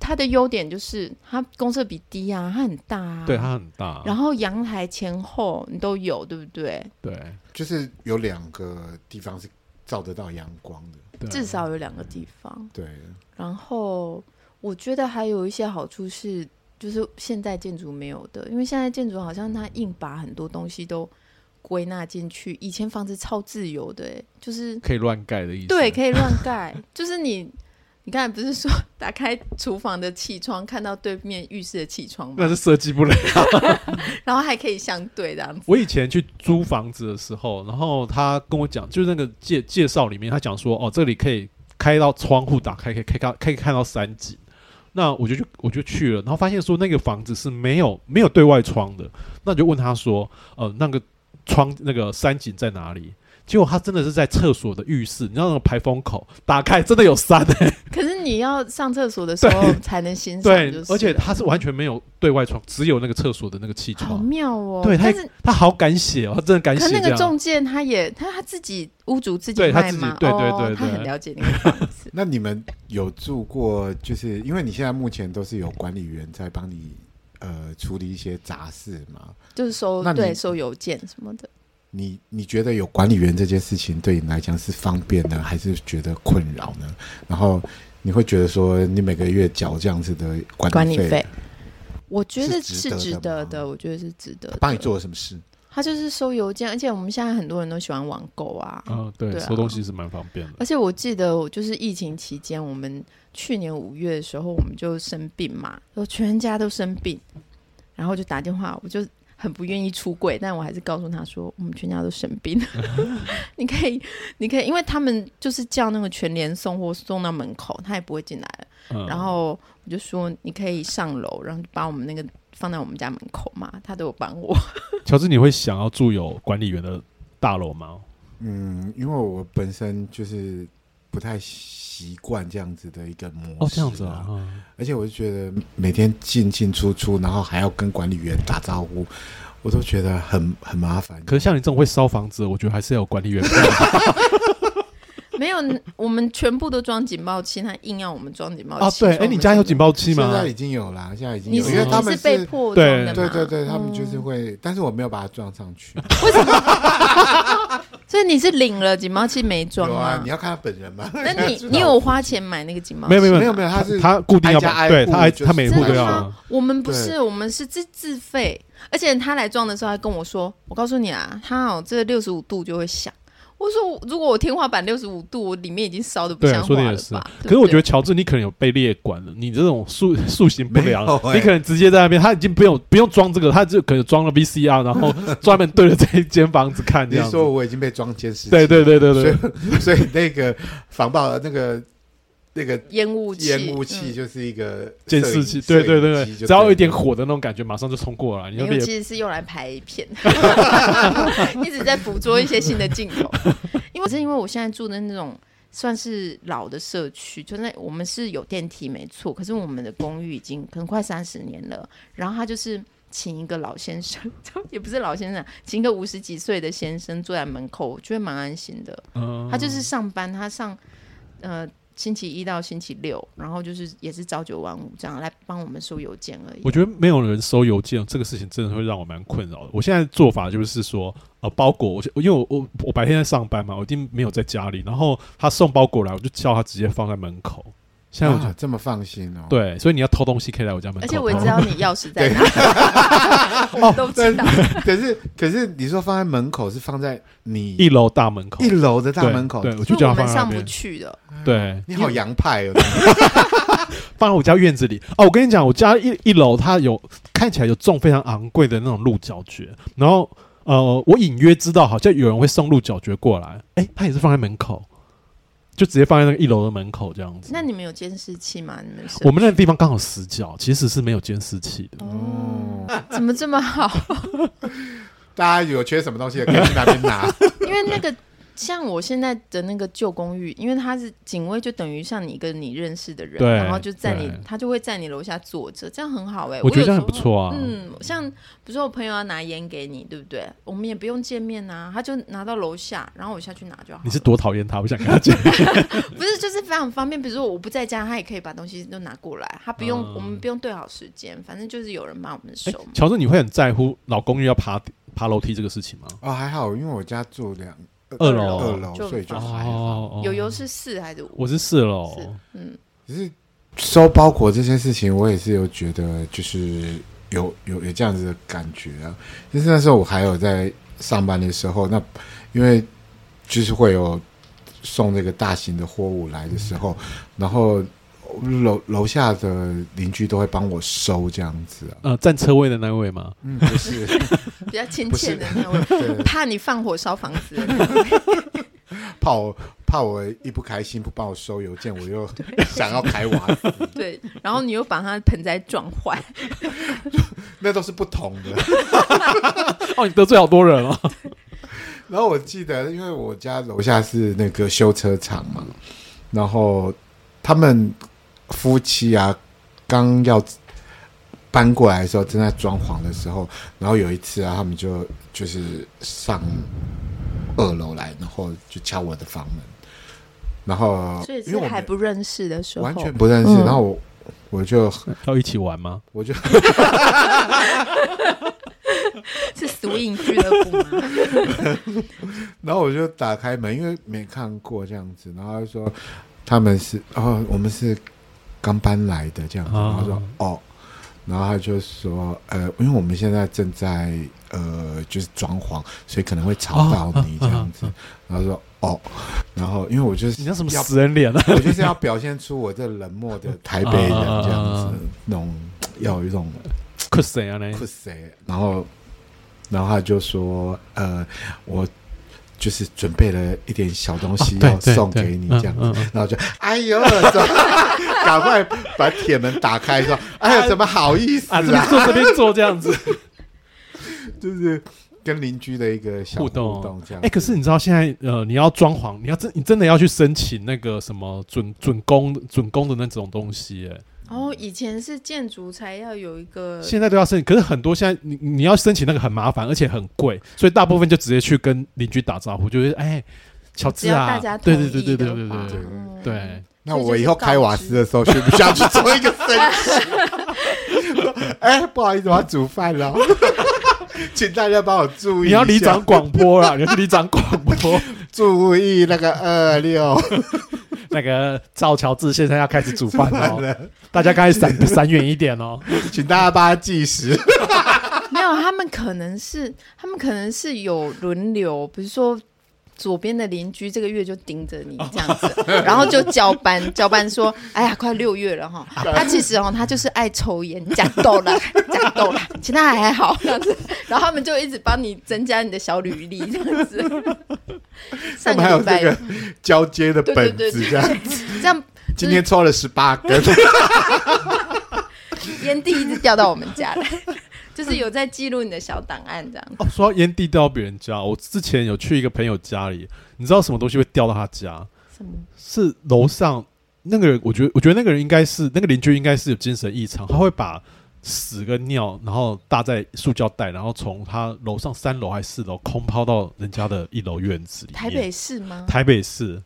它的优点就是它公设比低啊，它很大啊，对，它很大，然后阳台前后你都有，对不对？对就是有两个地方是照得到阳光的，对，啊至少有两个地方。对，。然后我觉得还有一些好处是，就是现代建筑没有的，因为现在建筑好像它硬把很多东西都归纳进去，以前房子超自由的、欸，就是可以乱盖的意思。对，可以乱盖， 就是你。你看，不是说 打开厨房的气窗，看到对面浴室的气窗吗？那是设计不了。然后还可以相对的、啊，我以前去租房子的时候，然后他跟我讲，就是那个介介绍里面，他讲说，哦，这里可以开到窗户打开，可以可以看可以看到山景。那我就去我就去了，然后发现说那个房子是没有没有对外窗的，那就问他说，呃，那个窗那个山景在哪里？结果他真的是在厕所的浴室，你知道那个排风口打开，真的有山 欸可是你要上厕所的时候才能欣赏，对就，是而且了它是完全没有对外窗，只有那个厕所的那个气好窗。妙哦。对，他但是他好敢写哦，他真的敢可写是那这个样。中介他也他他自己屋主自己对他卖自己吗？对对哦对他对很了解 那个房子那你们有住过？就是因为你现在目前都是有管理员在帮你呃处理一些杂事嘛。就是收那你对收邮件什么的。你你觉得有管理员这件事情对你来讲是方便呢，还是觉得困扰呢？然后你会觉得说，你每个月缴这样子的管管理理费，费，我觉得是值是得的值吗得的，我觉得是值得他的。帮你做了什么事？他就是收邮件，而且我们现在很多人都喜欢网购啊。嗯，对，对啊收东西是蛮方便的。而且我记得，我就是疫情期间，我们去年五月的时候，我们就生病嘛，就全家都生病，然后就打电话，我就很不愿意出柜，但我还是告诉他说，我们全家都生病， 你可以，你可以，因为他们就是叫那个全联送货送到门口，他也不会进来了。嗯，然后我就说，你可以上楼，然后就把我们那个放在我们家门口嘛，他都有帮我。 乔治，你会想要住有管理员的大楼吗？嗯，因为我本身就是不太习惯这样子的一个模式、哦，这样子啊，，嗯而且我就觉得每天进进出出，然后还要跟管理员打招呼，我都觉得很很麻烦。可是像你这种会烧房子的，我觉得还是要有管理 员。没有，我们全部都装警报器，他硬要我们装警报器。啊，对，哎，你家有警报器现吗在？已经有啦，现在已经你有，是因为他你们是被迫对装的嗯对嘛对对，他们就是会，但是我没有把它装上 去。所以你是领了警报器没装有啊，你吗？要看他本人吗？ 那 你知道你有花钱买那个警报器？没有没有没有没有，他是他固定要挨家挨买，对户他挨就是他每户都真的要吗啊。？我们不对是，我们是自自费，而且他来装的时候还跟我说：“我告诉你啊，他哦这六十五度就会响。”我说：“如果我天花板六十五度，我里面已经烧的不对像说得话也了是吧？”可是我觉得得乔治，你可能有被列管了，你这 种塑塑形不良没有，欸你可能直接在那边，他已经不用不用装这个，他就可能装了 VCR，然后 专门对着这一间房子看这你样是子。说我已经被装监视器？对对对对所对，以所以那个防爆那个那个烟雾器，烟雾器嗯就是一个监摄视影器，对对对摄影对，机就只要有一点了火的那种感觉，马上就冲过来，你就烟雾列器是用来拍片，一直在捕捉一些新的镜头。因为是 因为我现在住的那种算是老的社区，就那我们是有电梯没错，可是我们的公寓已经可能快三十年了。然后他就是请一个老先生， 就也不是老先生啊，请一个五十几岁的先生坐在门口，我觉得蛮安心的。嗯他就是上班，他上呃星期一到星期六，然后就是也是朝九晚五这样来帮我们收邮件而已。我觉得没有人收邮件这个事情真的会让我蛮困扰的。我现在做法就是说，呃，包裹，我因为我我我白天在上班嘛，我一定没有在家里，然后他送包裹来，我就叫他直接放在门口。现在我就、啊，这么放心哦。对，所以你要偷东西可以来我家门口偷。哦而且我也知道你钥匙在哪，我们 都知道。可是可是你说放在门口是放在你一楼大门口一，楼的大对门口，嗯对，我就就叫我他放们在那上不边，去的，对，你好洋派哦。放在我家院子里。哦，我跟你讲，我家一一楼它有看起来有种非常昂贵的那种鹿角蕨，然后呃，我隐约知道好像有人会送鹿角蕨过来，诶，它也是放在门口，就直接放在那个一楼的门口这样子。那你们有监视器吗？你们是我们那个地方刚好死角，其实是没有监视器的。哦，怎么这么好？大家有缺什么东西可以去那边拿。 因为那个像我现在的那个旧公寓，因为他是警卫，就等于像你一个你认识的人，对然后就在你对，他就会在你楼下坐着，这样很好哎、我觉得有这样时很不候错啊。嗯，像比如说我朋友要拿烟给你，对不对？我们也不用见面啊，他就拿到楼下，然后我下去拿就好了。你是多讨厌他，我想跟他讲。不是就是非常方便？比如说我不在家，他也可以把东西都拿过来，他不用、嗯我们不用对好时间，反正就是有人帮我们收嘛。乔治，你会很在乎老公寓要爬爬楼梯这个事情吗？哦，还好，因为我家住两二楼二楼，就所以就很方还便好。哦有油是四还是五？我是四楼，是嗯，只是收包裹这件事情，我也是有觉得，就是有有有这样子的感觉啊。就是那时候我还有在上班的时候，那因为就是会有送这个大型的货物来的时候，然后楼楼下的邻居都会帮我收这样子啊。呃，占车位的那位吗？嗯，不是，比较亲不切是哦的那位，对怕你放火烧房 子。怕我怕我一不开心不帮我收邮件，我又想要开瓦斯对，然后你又把他盆栽撞坏，那都是不同的。哦，你得罪好多人 哦。然后我记得，因为我家楼下是那个修车厂嘛，然后他们夫妻啊，刚要搬过来的时候，正在装潢的时候，然后有一次啊，他们就就是上二楼来，然后就敲我的房门，然后所以因为是我还们不认识的时候，完全不认识，嗯然后我我就要一起玩吗？我就是俗影俱乐部吗？ 然后我就打开门，因为没看过这样子，然后他就说他们是哦，我们是刚搬来的这样子，啊然后说哦，然后他就说呃，因为我们现在正在呃就是装潢，所以可能会吵到你这样子，然后说哦，然后因为我就是你那什么要死人脸啊？我就是要表现出我这冷漠的台北人这 样啊子，那种要有一种哭死啊嘞！酷谁？然后，然后他就说：“呃，我就是准备了一点小东啊哦西要送给你，这样子。嗯嗯然后就哎呦，怎么 赶快把铁门打 开，说：“哎呀，怎么好意思啊，这 啊边坐这边坐这样 子就是跟邻居的一个小互互动动这样。哎，可是你知道现在呃，你要装潢，你要真你真的要去申请那个什么准准工准工的那种东西，哎，哦，以前是建筑才要有一个，现在都要申请，可是很多现在你你要申请那个很麻烦，而且很贵，所以大部分就直接去跟邻居打招呼，就是哎，乔治只要啊，大家同对意对对对对的对话对对嗯对，那我以后开瓦斯的时候，需不需要去做一个升级？ 哎，不好意思，我要煮饭了， 请大家帮我注意一下。你要里长广播 啦，你要去里长广播， 注意那个二六。那个赵乔治先生要开始煮饭 哦，大家刚才闪闪远一点哦，请大家帮他计时。 没有，他们可能是他们可能是有轮流，比如说。左边的邻居这个月就盯着哦你这样子，然后就交班 交班说：“哎呀，快六月了哈。”他其实哦，他就是爱抽烟，讲斗了， 讲斗了，其他还好这样子。然后他们就一直帮你增加你的小履历这 样子。我上们还有这个礼拜个嗯交接的本对对子，对这样这样今天抽了十八根，烟蒂一直掉到我们家来， 就是有在记录你的小档案这样。哦，说到烟蒂掉到别人家，我之前有去一个朋友家里，你知道什么东西会掉到他家？什么？是楼上那个人，我觉得，我觉得那个人应该是那个邻居应该是有精神异常，他会把屎跟尿，然后搭在塑胶袋，然后从他楼上三楼还是四楼空抛到人家的一楼院子里面。台北市吗？台北市，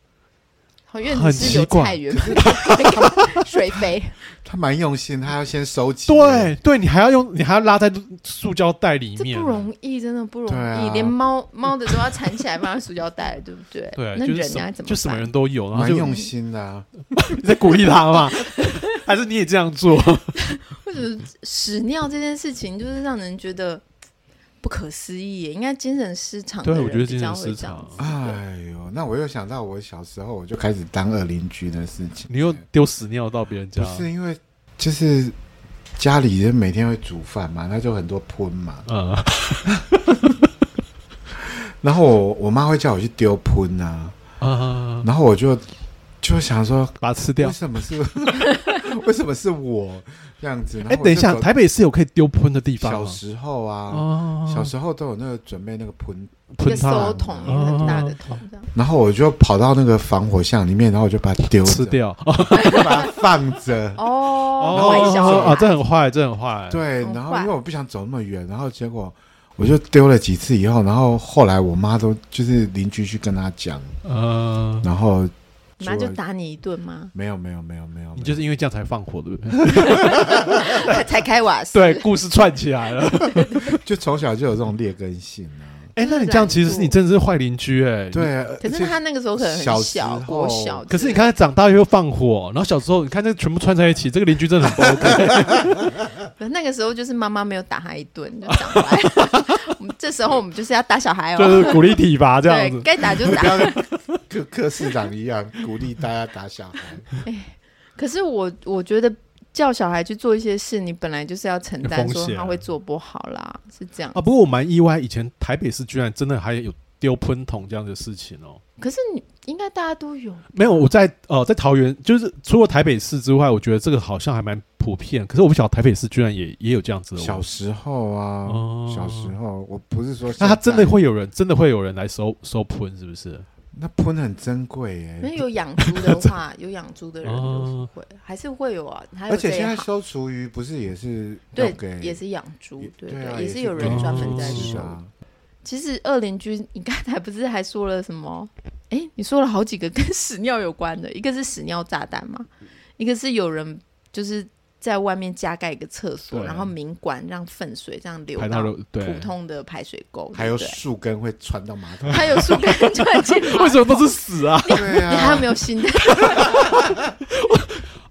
好院很子奇是有怪菜 园，不是水肥。 他蛮用心，他要先收集。对对，你还要用，你还要拉在塑胶袋里这面，不容易，真的不容易，对啊连猫猫的都要缠起来放在塑胶袋，对不对？对，啊那就是人什家么怎么就什么办人都有，然后蛮就用心的、啊。你在鼓励他嘛？ 还是你也这样做？为什么屎尿这件事情就是让人觉得不可思议耶？应该精神失常的对人我觉得比较精神会失这样常啊子哎呦，那我又想到我小时候，我就开始当二邻居的事情。你又丢屎尿到别人家不，是因为就是家里人每天会煮饭嘛，那就很多喷嘛，嗯，然后我我妈会叫我去丢喷啊，啊，然后我就就想说，把它吃掉为。什么是 为什么是我这样子？然哎，后我等一就下，走台北市有可以丢喷的地方小吗？时候啊，哦小时候都有那个准备那个盆一个它啊收桶，一个很大的桶这样。然后我就跑到那个防火巷里面，然后我就把它丢着吃，掉啊我就把它放 着。哦，坏坏小小孩孩啊，这很坏，这很坏。对，好然后坏因为我不想走那么远，然后结果我就丢了几次以后，然后后来我妈都就是邻居去跟她讲，呃，然后你妈就说打你一顿吗？没有没有没有没有，你就是因为这样才放火，对不对？ 才开瓦斯，对，故事串起来 了。就从小就有这种劣根性啊。哎，那你这样其实是你真的是坏邻居哎。。对，可而是且他那个时候可能很小小，时候国小之类的。可是你看他长大又放火，然后小时候你看这全部串在一起，这个邻居 真的很不 OK。那个时候就是妈妈没有打他一顿，就长大了。 我们这时候我们就是要打小孩就哦，是鼓励体罚这样对，子。该打就打不。要跟跟 柯市长一样鼓励大家打小孩， 可是我我觉得叫小孩去做一些事，你本来就是要承担有风说险他会做不好啦，是这样哦啊，。不过我蛮意外，以前台北市居然真的还有丢喷筒这样的事情哦。可是你应该大家都有，嗯没有，我在呃，在桃园，就是除了台北市之外，我觉得这个好像还蛮普遍。可是我不晓得台北市居然也也有这样子的问小时候啊，哦小时候我不是说那他真的现在，会有人，真的会有人来收收喷，是不是？那喷很珍贵耶、因为有养猪的话，有养猪的人就是哦会，还是会有啊。还有而且这一现在行收厨余不是也是要对给也是养猪也，对对啊，也是是有人给专门在猪吃收。啊。其实二邻居，你刚才不是还说了什么？ 哎、你说了好几个跟屎尿有关的，一个是屎尿炸弹嘛，一个是有人就是在外面加盖一个厕所，对然后明管让粪水这样流排到到了对，普通的排水沟，还有对不树根会穿到马 桶对，还有树根钻进来， 为什么都是屎啊？对你还有啊，没有新的？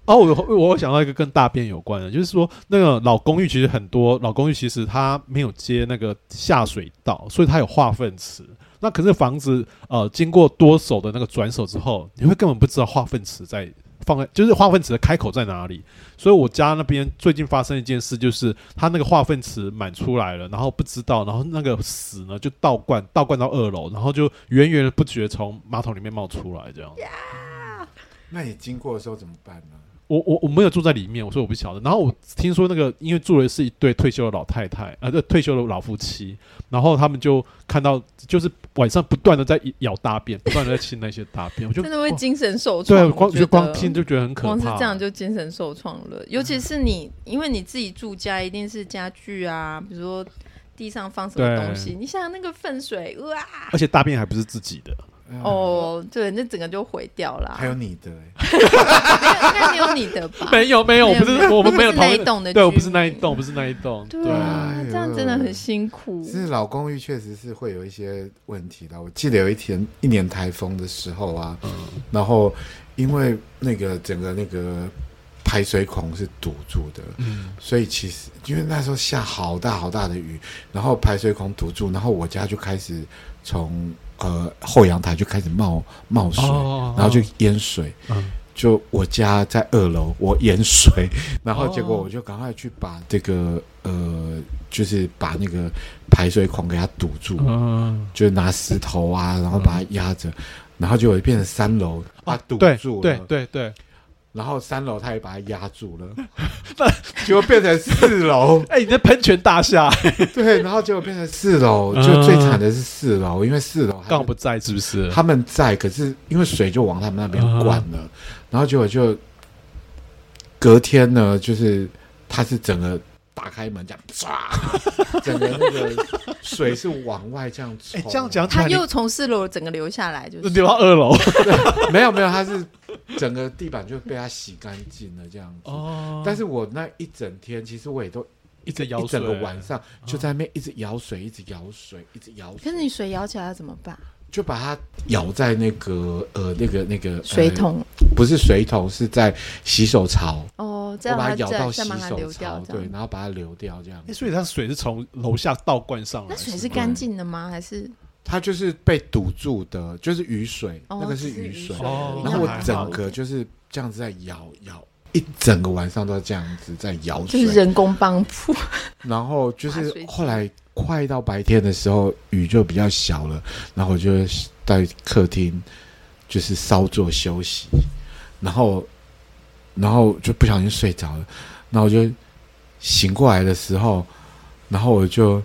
哦，我我想到一个跟大便有关的，就是说那个老公寓其实很多老公寓其实它没有接那个下水道，所以它有化粪池。那可是房子呃经过多手的那个转手之后，你会根本不知道化粪池在放在就是化粪池的开口在哪里。所以我家那边最近发生一件事，就是它那个化粪池满出来了，然后不知道，然后那个屎呢就倒灌倒灌到二楼，然后就源源不绝从马桶里面冒出来这样。那你经过的时候怎么办呢？我我我没有住在里面，我说我不晓得。然后我听说那个，因为住的是一对退休的老太太，啊，对，退休的老夫妻，然后他们就看到，就是晚上不断的在咬大便，不断的在清那些大便，我 就真的会哇精神受创。对，啊我光觉得就光听就觉得很可怕。光是这样就精神受创了，尤其是你，因为你自己住家一定是家具啊，比如说地上放什么对东西，你想想那个粪水，哇，而且大便还不是自己啊的，嗯，哦，对，那整个就毁掉了。还有你的欸，那你有你的 吧？没有没有，不是我们没有那一同，栋的，对我不是那一。栋，不是那一栋，对啊对，这样真的很辛苦。哎是啊老公寓确实是会有一些问题的。我记得有一天一年台风的时候啊，然后因为那个整个那个排水孔是堵住的，嗯，所以其实因为那时候下好大好大的雨，然后排水孔堵住，然后我家就开始从呃后阳台就开始冒冒水，哦然后就淹水。嗯就我家在二楼，我淹水，然后结果哦我就赶快去把这个呃，就是把那个排水孔给它堵住，嗯，就拿石头啊，然后把它压着，然后结果变成三楼，把它堵对住了，哦对对对，然后三楼他也把它压住了， 结果变成四楼，哎，你在喷泉大 厦，对，然后结果变成四楼，嗯就最惨的是四楼，因为四楼他刚好们不在是不是？他们在，可是因为水就往他们那边灌了，嗯然后结果就隔天呢，就是他是整个打开门这样唰， 整个那个水是往外这样冲。哎，这 样讲起他来，你又从四楼整个流下来，就是流到二楼。没有没有，他是整个地板就被他洗干净了这样子。哦但是我那一整天，其实我也都一直一整个晚上就哦在那边一直舀水，一直舀水，一直舀可水是，你水舀起来要怎么办？就把它舀在那个呃那个那个水，呃桶不是水桶，是在洗手槽。哦，再我让把它它舀再到洗再把它手流掉槽，，这对，样。然后把它流掉这样欸。所以它水是从楼下倒灌上来，那水吗是干净的吗？还是它就是被堵住的，就是雨水，哦那个只是雨雨水。水哦那然后还我好整个就是这样子在舀舀，一整个晚上都这样子在舀就水，是人工帮扶？ 然后就划是水机后来快到白天的时候，雨就比较小了，然后我就在客厅就是稍作休息，然后然后就不小心睡着了，然后我就醒过来的时候，然后我就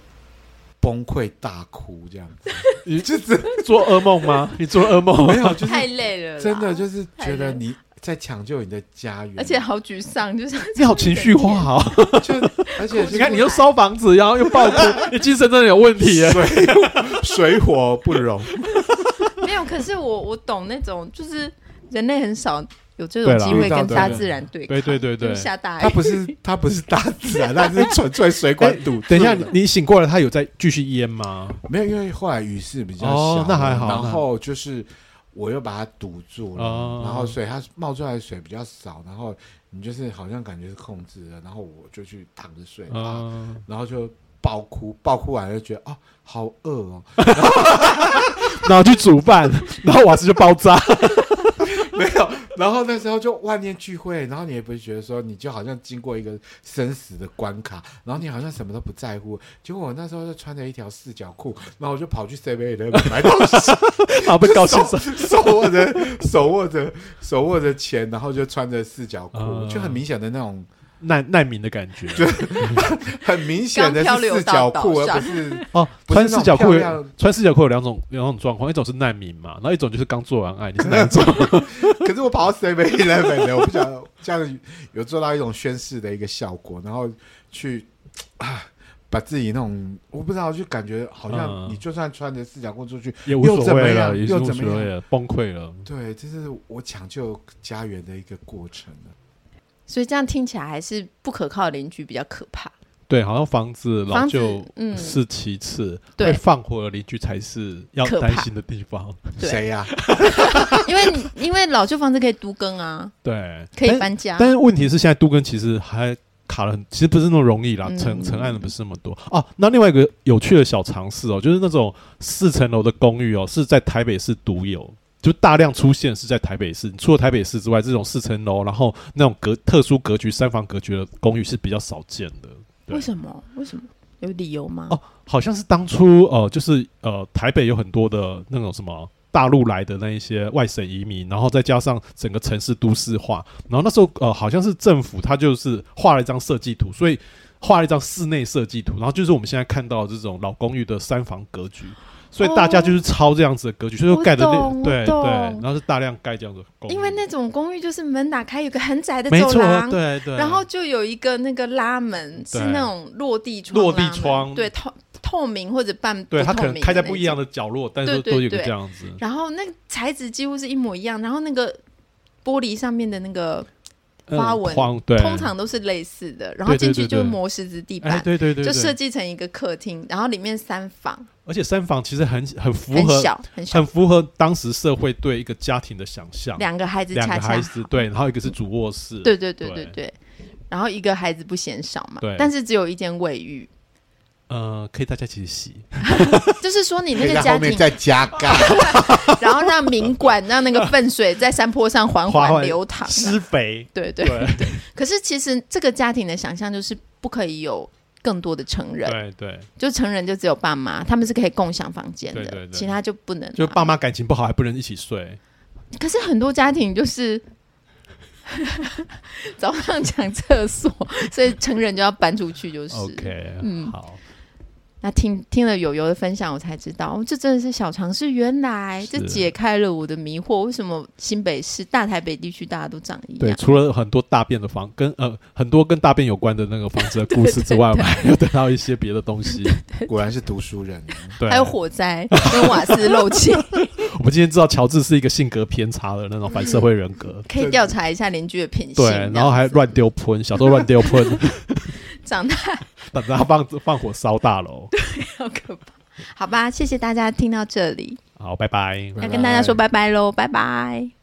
崩溃大哭这样 子，你就真 做噩梦 吗？你做噩梦没有，就是太累了啦，真的就是觉太得累你在抢救你的家园， 而且好沮丧，就是 你好情绪化哦！就而且 你 就看，你又烧房子，然后又 爆哭，你精神真的有问题耶！水 水火不容，没有。可是我我懂那种，就是人类很少有这对啦种机会遇到跟对大对自然对抗，对对对就对是。下大它雨，不是它不是大自然， 它是纯粹水管堵住的。哎等一下，你你醒过来，他有在继续淹吗？没有，因为后来雨势比较小，哦那还好然那后就是我又把它堵住了，哦然后所以它冒出来的水比较少，然后你就是好像感觉是控制了，然后我就去躺着睡，啊、嗯，然后就爆哭，爆哭完就觉得哦，好饿哦，然后去煮饭， 然后瓦斯就爆 炸。没有，然后那时候就万念俱灰，然后你也不会觉得说你就好像经过一个生死的关卡，然后你好像什么都不在乎，结果我那时候就穿着一条四角裤，然后我就跑去 Seven Eleven 买东西。然后被高兴 手手握着手握着手握着钱，然后就穿着四角裤，嗯就很明显的那种，难难民的感觉。很明显的刚是漂流四角到裤，岛上而不是哦，不穿是那种四角裤漂有亮穿四角裤有两种两种状况，一种是难民嘛，然后一种就是刚做完爱，你是哪一种？可是我跑到 Seven Eleven 的，我不想这样有做到一种宣誓的一个效果，然后去啊把自己那种我不知道，就感觉好像嗯你就算穿着四角裤出去，也无所谓了，也又是怎无么样所谓了，崩溃了。对，这是我抢救家园的一个过程了所以这样听起来还是不可靠的邻居比较可怕。对，好像房子老房子旧，嗯是其次，对会放火的邻居才是要可怕担心的地方。对谁呀、因为你因为老旧房子可以都更啊，对，可以但搬家。但是问题是，现在都更其实还卡了很，其实不是那么容易啦，成嗯成案的不是那么多哦。那另外一个有趣的小常识哦，就是那种四层楼的公寓哦，是在台北市独有。就大量出现是在台北市，除了台北市之外，这种四层楼，然后那种格特殊格局、三房格局的公寓是比较少见的。对为什么？为什么？有理由吗？哦好像是当初呃，就是呃，台北有很多的那种什么大陆来的那一些外省移民，然后再加上整个城市都市化，然后那时候呃，好像是政府他就是画了一张设计图，所以画了一张室内设计图，然后就是我们现在看到的这种老公寓的三房格局。所以大家就是抄这样子的格局，所以就盖的哦我那懂我对懂对，然后是大量盖这样子的公寓。因为那种公寓就是门打开有个很窄的没走错，啊廊，对对。然后就有一个那个拉门是对那种落地窗拉落门，地窗对透透明或者半对不它透可能明开在那不一样的角落，但是对都对都有个对这样子。种，然后那个材质几乎是一模一样，然后那个玻璃上面的那个嗯花纹框对，通常都是类似的，然后对对进去对就是对磨石子地板，哎，对对对，就对设计成一个客厅，然后里面三房，而且三房其实很很符很合小很小很，符合当时社会对一个家庭的想象，两个孩子两恰个恰嗯孩子对，然后一个是主卧室，对对对对对对，然后一个孩子不嫌少嘛对，但是只有一间卫浴，呃，可以大家一起洗，就是说你可那以个在家后面庭，再加盖。然后让明管让那个粪水在山坡上缓缓缓缓流淌，啊施肥，对对对。可是其实这个家庭的想象就是不可以有更多的成人，对对，就成人就只有爸妈，他们是可以共享房间对对的，对其他就不能。就爸。妈感情不好还不能一起睡，可是很多家庭就是 早上抢厕所，所以成人就要搬出去，就是。 OK，嗯好，那听听了友友的分享，我才知道，哦，这真的是小常识，原来这是解开了我的迷惑。为什么新北市、大台北地区大家都长一对，样？除了很多大便的房跟呃很多跟大便有关的那个房子的故事之外， 我们还有得到一些别的东西，果然是读书人，对，还有火灾跟瓦斯漏 气，我们今天知道乔治是一个性格偏差的那种反社会人格，可以调查一下邻居的品嗯性。对这样，子然后还乱丢喷，小时候乱丢 喷，长大把他放放火烧大楼。好可怕。好吧，谢谢大家听到这里，好，拜拜。要跟大家说拜拜。拜拜喽，拜拜。